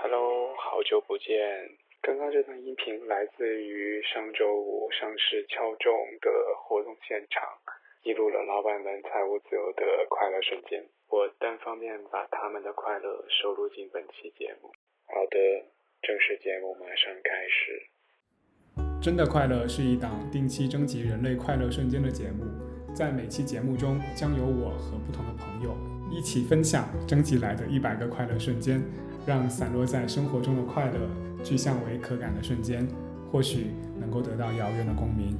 Hello，好久不见。刚刚这段音频来自于上周五上市敲钟的活动现场，记录了老板们财务自由的快乐瞬间。我单方面把他们的快乐收录进本期节目。好的，正式节目马上开始。真的快乐是一档定期征集人类快乐瞬间的节目，在每期节目中将由我和不同的朋友一起分享征集来的一百个快乐瞬间，让散落在生活中的快乐具象为可感的瞬间，或许能够得到遥远的共鸣。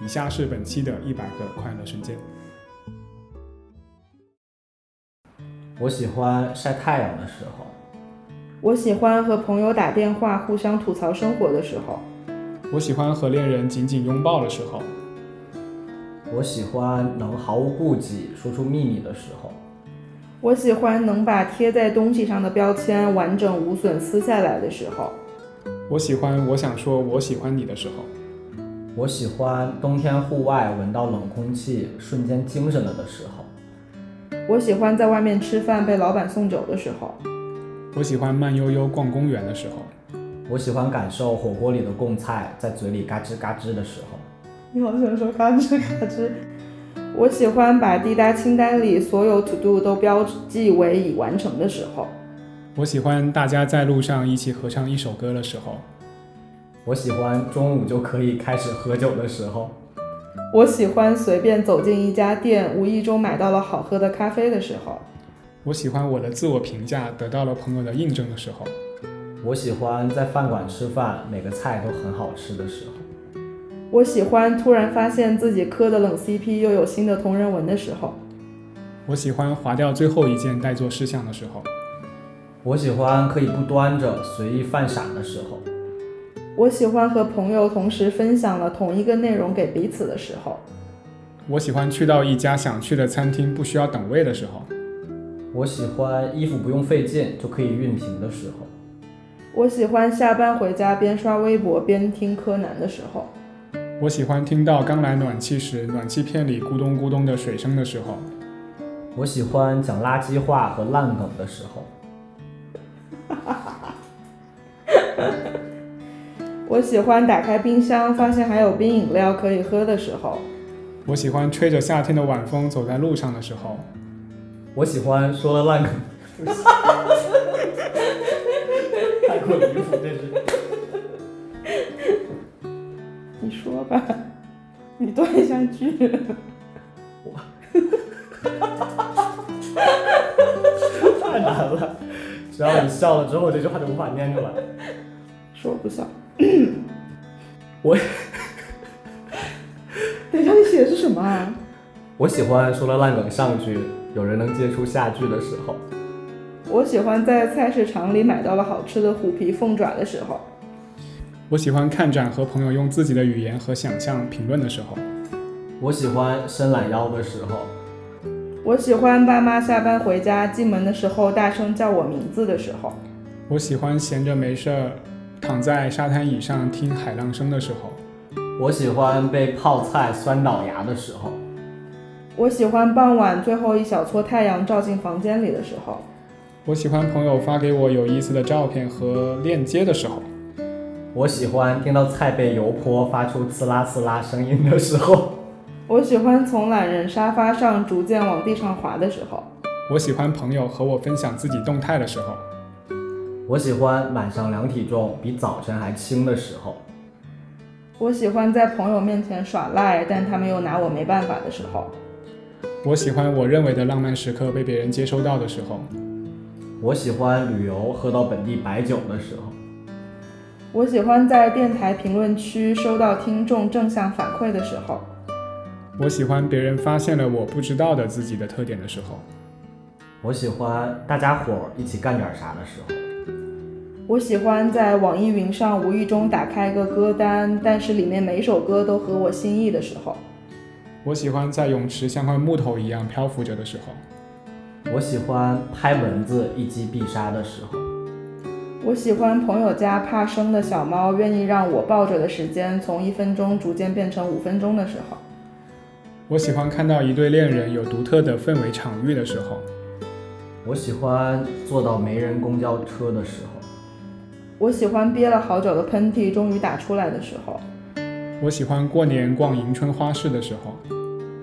以下是本期的一百个快乐瞬间。我喜欢晒太阳的时候，我喜欢和朋友打电话互相吐槽生活的时候，我喜欢和恋人紧紧拥抱的时候，我喜欢能毫无顾忌说出秘密的时候，我喜欢能把贴在东西上的标签完整无损撕下来的时候，我喜欢我想说我喜欢你的时候，我喜欢冬天户外闻到冷空气瞬间精神了的时候，我喜欢在外面吃饭被老板送酒的时候，我喜欢慢悠悠逛公园的时候，我喜欢感受火锅里的贡菜在嘴里嘎吱嘎吱的时候，你好像说嘎吱嘎吱。我喜欢把滴答清单里所有 to do 都标记为已完成的时候，我喜欢大家在路上一起合唱一首歌的时候，我喜欢中午就可以开始喝酒的时候，我喜欢随便走进一家店，无意中买到了好喝的咖啡的时候，我喜欢我的自我评价得到了朋友的印证的时候，我喜欢在饭馆吃饭每个菜都很好吃的时候，我喜欢突然发现自己磕的冷 CP 又有新的同人文的时候，我喜欢划掉最后一件待做事项的时候，我喜欢可以不端着随意犯傻的时候，我喜欢和朋友同时分享了同一个内容给彼此的时候，我喜欢去到一家想去的餐厅不需要等位的时候，我喜欢衣服不用费劲就可以熨平的时候。我喜欢下班回家边刷微博边听柯南的时候，我喜欢听到刚来暖气时暖气片里咕咚咕咚的水声的时候，我喜欢讲垃圾话和烂梗的时候，我喜欢打开冰箱发现还有冰饮料可以喝的时候，我喜欢吹着夏天的晚风走在路上的时候，我喜欢说了烂梗。太过离谱，这是。你说吧， 你断一下句。太难了。只要你笑了之后，这句话就无法念出来。说不笑。我等一下，你写的是什么啊？我喜欢说了烂梗上句，有人能接出下句的时候。我喜欢在菜市场里买到了好吃的虎皮凤爪的时候，我喜欢看展和朋友用自己的语言和想象评论的时候，我喜欢伸懒腰的时候，我喜欢爸妈下班回家进门的时候大声叫我名字的时候，我喜欢闲着没事儿躺在沙滩椅上听海浪声的时候，我喜欢被泡菜酸倒牙的时候，我喜欢傍晚最后一小撮太阳照进房间里的时候，我喜欢朋友发给我有意思的照片和链接的时候，我喜欢听到菜被油泼发出刺啦刺啦声音的时候，我喜欢从懒人沙发上逐渐往地上滑的时候，我喜欢朋友和我分享自己动态的时候，我喜欢晚上量体重比早晨还轻的时候，我喜欢在朋友面前耍赖，但他们又拿我没办法的时候，我喜欢我认为的浪漫时刻被别人接收到的时候，我喜欢旅游喝到本地白酒的时候，我喜欢在电台评论区收到听众正向反馈的时候，我喜欢别人发现了我不知道的自己的特点的时候，我喜欢大家伙儿一起干点啥的时候。我喜欢在网易云上无意中打开一个歌单，但是里面每首歌都合我心意的时候，我喜欢在泳池像块木头一样漂浮着的时候，我喜欢拍蚊子一击必杀的时候，我喜欢朋友家怕生的小猫愿意让我抱着的时间从一分钟逐渐变成五分钟的时候，我喜欢看到一对恋人有独特的氛围场域的时候，我喜欢坐到没人公交车的时候。我喜欢憋了好久的喷嚏终于打出来的时候。我喜欢过年逛迎春花市的时候。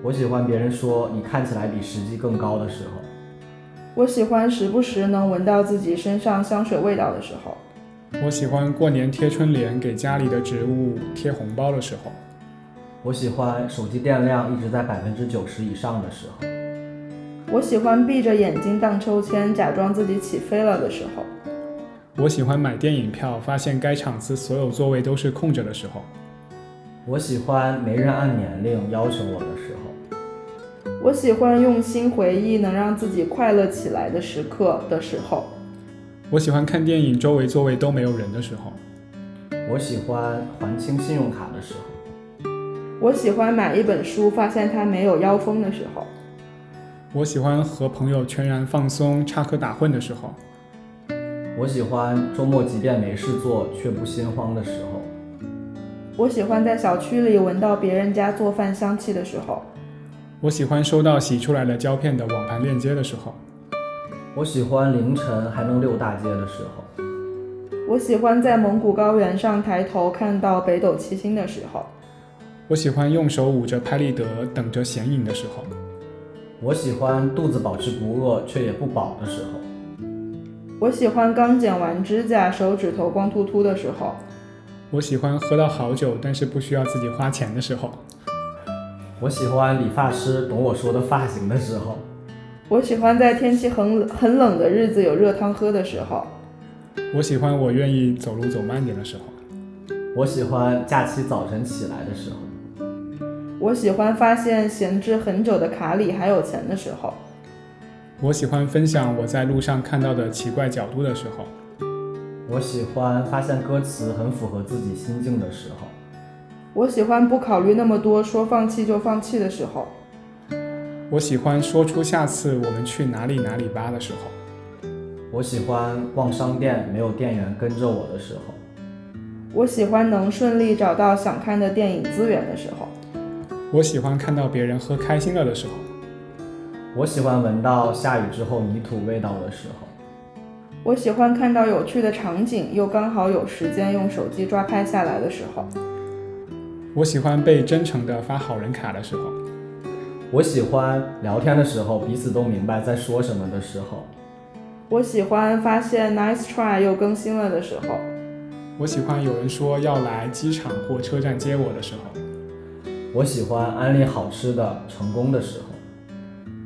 我喜欢别人说你看起来比实际更高的时候。我喜欢时不时能闻到自己身上香水味道的时候。我喜欢过年贴春联，给家里的植物贴红包的时候。我喜欢手机电量一直在百分之九十以上的时候。我喜欢闭着眼睛荡秋千，假装自己起飞了的时候。我喜欢买电影票，发现该场次所有座位都是空着的时候。我喜欢没人按年龄要求我的时候。我喜欢用心回忆能让自己快乐起来的时刻的时候。我喜欢看电影，周围座位都没有人的时候。我喜欢还清信用卡的时候。我喜欢买一本书，发现它没有腰封的时候。我喜欢和朋友全然放松、插科打诨的时候。我喜欢周末即便没事做却不心慌的时候。我喜欢在小区里闻到别人家做饭香气的时候。我喜欢收到洗出来的胶片的网盘链接的时候。我喜欢凌晨还能溜大街的时候。我喜欢在蒙古高原上抬头看到北斗七星的时候。我喜欢用手捂着拍立得，等着显影的时候。我喜欢肚子保持不饿却也不饱的时候。我喜欢刚剪完指甲，手指头光秃秃的时候。我喜欢喝到好酒，但是不需要自己花钱的时候。我喜欢理发师懂我说的发型的时候。我喜欢在天气很冷很冷的日子有热汤喝的时候。我喜欢我愿意走路走慢点的时候。我喜欢假期早晨起来的时候。我喜欢发现闲置很久的卡里还有钱的时候。我喜欢分享我在路上看到的奇怪角度的时候。我喜欢发现歌词很符合自己心境的时候。我喜欢不考虑那么多，说放弃就放弃的时候。我喜欢说出下次我们去哪里哪里吧的时候。我喜欢逛商店没有店员跟着我的时候。我喜欢能顺利找到想看的电影资源的时候。我喜欢看到别人喝开心了的时候。我喜欢闻到下雨之后泥土味道的时候。我喜欢看到有趣的场景，又刚好有时间用手机抓拍下来的时候。我喜欢被真诚的发好人卡的时候。我喜欢聊天的时候彼此都明白在说什么的时候。我喜欢发现 Nice Try 又更新了的时候。我喜欢有人说要来机场或车站接我的时候。我喜欢安利好吃的成功的时候。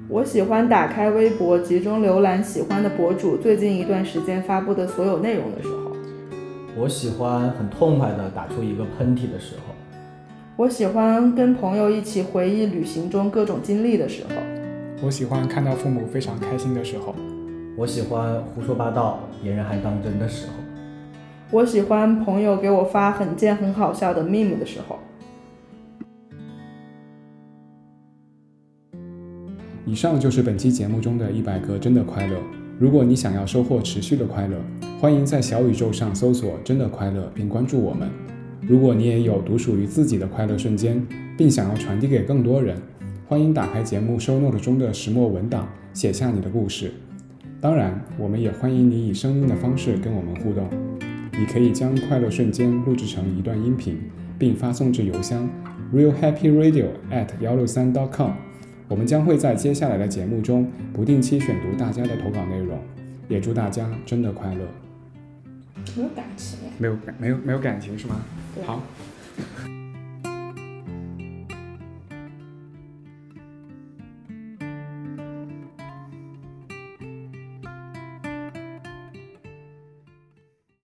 我喜欢打开微博，集中浏览喜欢的博主最近一段时间发布的所有内容的时候。我喜欢很痛快的打出一个喷嚏的时候。我喜欢跟朋友一起回忆旅行中各种经历的时候。我喜欢看到父母非常开心的时候。我喜欢胡说八道，别人还当真的时候。我喜欢朋友给我发很贱很好笑的 meme 的时候。以上就是本期节目中的一百个真的快乐。如果你想要收获持续的快乐，欢迎在小宇宙上搜索“真的快乐”并关注我们。如果你也有独属于自己的快乐瞬间，并想要传递给更多人，欢迎打开节目 show note 中的石墨文档，写下你的故事。当然，我们也欢迎你以声音的方式跟我们互动。你可以将快乐瞬间录制成一段音频，并发送至邮箱 realhappyradio@ at 幺六三 .com。我们将会在接下来的节目中不定期选读大家的投稿内容，也祝大家真的快乐。没有感情。没有感，没有没有感情是吗？好，